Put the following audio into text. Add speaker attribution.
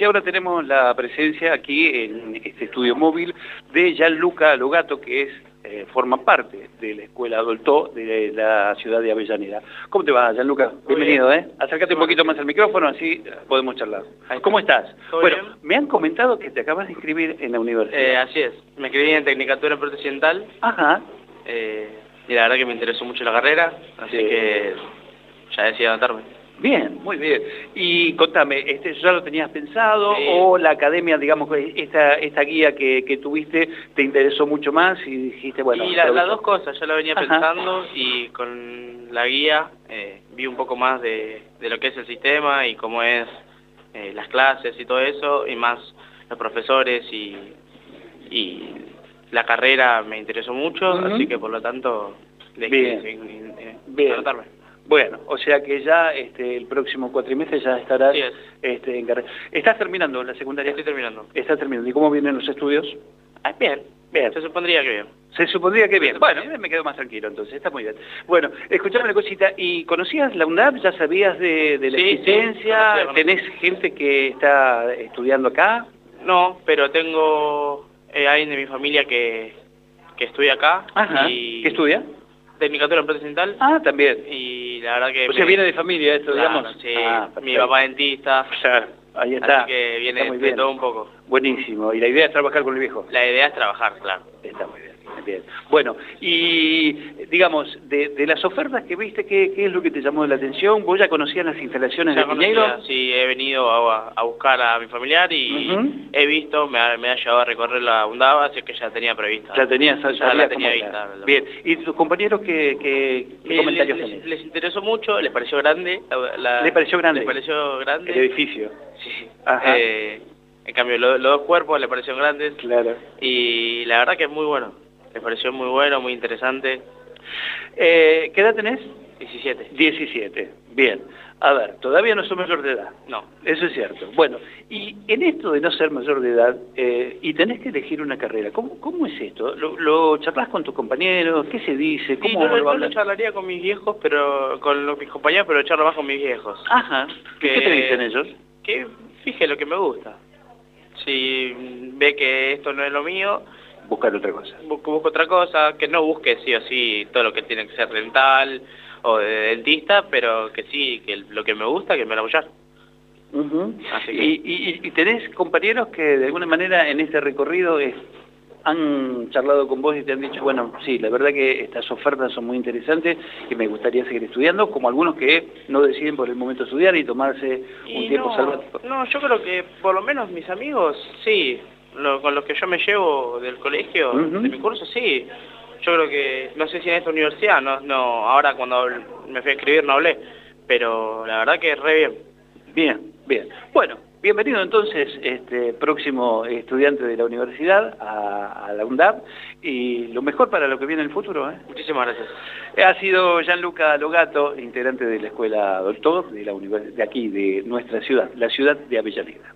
Speaker 1: Y ahora tenemos la presencia aquí en este estudio móvil de Gianluca Logato, que es, eh, forma parte de la Escuela Adoltó de la ciudad de Avellaneda. ¿Cómo te va, Gianluca? Bienvenido, ¿eh? Acércate un poquito más al micrófono, así podemos charlar. ¿Cómo estás?
Speaker 2: ¿Todo
Speaker 1: Bueno,
Speaker 2: bien?
Speaker 1: me han comentado que te acabas de inscribir en la universidad.
Speaker 2: Eh, así es, me escribí en Tecnicatura en Prote Occidental
Speaker 1: Ajá.
Speaker 2: eh, y la verdad que me interesó mucho la carrera, así
Speaker 1: Sí.
Speaker 2: que ya decidí anotarme.
Speaker 1: Bien, muy bien. Y contame, este, ¿ya lo tenías pensado
Speaker 2: Sí.
Speaker 1: o la academia, digamos, esta, esta guía que, que tuviste te interesó mucho más y dijiste, bueno...
Speaker 2: y la- las
Speaker 1: aprovecho?
Speaker 2: dos cosas, ya la venía
Speaker 1: Ajá.
Speaker 2: pensando y con la guía eh, vi un poco más de, de lo que es el sistema y cómo es eh, las clases y todo eso, y más los profesores y, y la carrera me interesó mucho,
Speaker 1: Ujú.
Speaker 2: así que por lo tanto
Speaker 1: Bien.
Speaker 2: decidí eh,
Speaker 1: Bien.
Speaker 2: anotarme.
Speaker 1: Bueno, o sea que ya este, el próximo cuatrimestre ya estarás
Speaker 2: Así es.
Speaker 1: este, en carrera. ¿Estás terminando la secundaria?
Speaker 2: Estoy terminando.
Speaker 1: Estás terminando. ¿Y cómo vienen los estudios?
Speaker 2: Ah, bien,
Speaker 1: Bien.
Speaker 2: se supondría que bien.
Speaker 1: Se supondría que bien.
Speaker 2: Se
Speaker 1: Bueno,
Speaker 2: supondría.
Speaker 1: me quedo más tranquilo entonces, está muy bien. Bueno, escuchame una cosita. ¿Y conocías la UNDAP? ¿Ya sabías de, de la
Speaker 2: Sí, sí,
Speaker 1: existencia?
Speaker 2: conocía, conocía.
Speaker 1: ¿Tenés gente que está estudiando acá?
Speaker 2: No, pero tengo eh, alguien de mi familia que, que estudia acá.
Speaker 1: Ajá.
Speaker 2: Y
Speaker 1: ¿Qué estudia?
Speaker 2: Tecnicatura en Prote Occidental.
Speaker 1: Ah, también.
Speaker 2: Y la verdad que...
Speaker 1: O sea,
Speaker 2: Eh, me-
Speaker 1: viene de familia esto,
Speaker 2: Claro,
Speaker 1: digamos.
Speaker 2: sí.
Speaker 1: Ah,
Speaker 2: mi
Speaker 1: perfecto.
Speaker 2: papá dentista.
Speaker 1: Claro, ahí está.
Speaker 2: Así que viene
Speaker 1: Está muy
Speaker 2: de
Speaker 1: bien.
Speaker 2: todo un poco.
Speaker 1: Buenísimo. Y la idea es trabajar con el viejo.
Speaker 2: La idea es trabajar, claro.
Speaker 1: Está muy bien, bien. Bueno, y digamos, de, de las ofertas que viste, ¿qué, qué es lo que te llamó la atención? ¿Vos ya conocías las instalaciones
Speaker 2: Ya
Speaker 1: de Piñeiro?
Speaker 2: conocía, sí, he venido a, a buscar a mi familiar y
Speaker 1: Ujú.
Speaker 2: he visto, me ha, me ha llevado a recorrer la UNDAVA, así que ya tenía prevista.
Speaker 1: Ya tenías,
Speaker 2: Ya
Speaker 1: sabías
Speaker 2: la
Speaker 1: cómo
Speaker 2: tenía
Speaker 1: era.
Speaker 2: vista, la-
Speaker 1: Bien, ¿y tus compañeros qué, qué- qué
Speaker 2: Eh,
Speaker 1: comentarios
Speaker 2: les,
Speaker 1: tenés?
Speaker 2: les interesó mucho, les pareció grande. La, la-
Speaker 1: ¿Les pareció grande?
Speaker 2: Les pareció grande.
Speaker 1: El edificio.
Speaker 2: Sí.
Speaker 1: Ajá.
Speaker 2: Eh, en cambio, lo- los dos cuerpos le parecieron grandes
Speaker 1: Claro.
Speaker 2: y la verdad que es muy bueno. Le pareció muy bueno, muy interesante.
Speaker 1: Eh, ¿Qué edad tenés?
Speaker 2: 17.
Speaker 1: 17. Bien. A ver, todavía no soy mayor de edad.
Speaker 2: No.
Speaker 1: Eso es cierto. Bueno, y en esto de no ser mayor de edad eh, y tenés que elegir una carrera, ¿cómo, cómo es esto? ¿Lo, lo charlas con tus compañeros? ¿Qué se dice?
Speaker 2: Sí,
Speaker 1: ¿Cómo
Speaker 2: no, lo-
Speaker 1: lo
Speaker 2: no lo
Speaker 1: hablan?
Speaker 2: charlaría con mis viejos, pero con los- mis compañeros, pero charlo más con mis viejos.
Speaker 1: Ajá. ¿Qué,
Speaker 2: Que-
Speaker 1: te dicen ellos?
Speaker 2: Que fije lo que me gusta. Si ve que esto no es lo mío,
Speaker 1: Buscar otra cosa.
Speaker 2: busco, busco otra cosa, que no busque sí o sí todo lo que tiene que ser dental o de dentista, pero que sí, que lo que me gusta, que me lo apoyar. Así que-
Speaker 1: y, y- y tenés compañeros que de alguna manera en este recorrido eh, han charlado con vos y te han dicho, bueno, sí, la verdad que estas ofertas son muy interesantes y me gustaría seguir estudiando, como algunos que no deciden por el momento estudiar y tomarse un
Speaker 2: Y
Speaker 1: tiempo
Speaker 2: no,
Speaker 1: salvático.
Speaker 2: No, yo creo que por lo menos mis amigos, sí, lo- con los que yo me llevo del colegio,
Speaker 1: Ujú.
Speaker 2: de mi curso, sí. Yo creo que, no sé si en esta universidad, no, no ahora cuando habl- me fui a escribir no hablé, pero la verdad que re bien.
Speaker 1: Bien, bien. Bueno, bienvenido entonces, este próximo estudiante de la universidad, a, a la UNDAP, y lo mejor para lo que viene en el futuro, ¿eh?
Speaker 2: Muchísimas gracias.
Speaker 1: Ha sido Gianluca Logato, integrante de la Escuela Doctor de, la univers- de aquí, de nuestra ciudad, la ciudad de Avellaneda.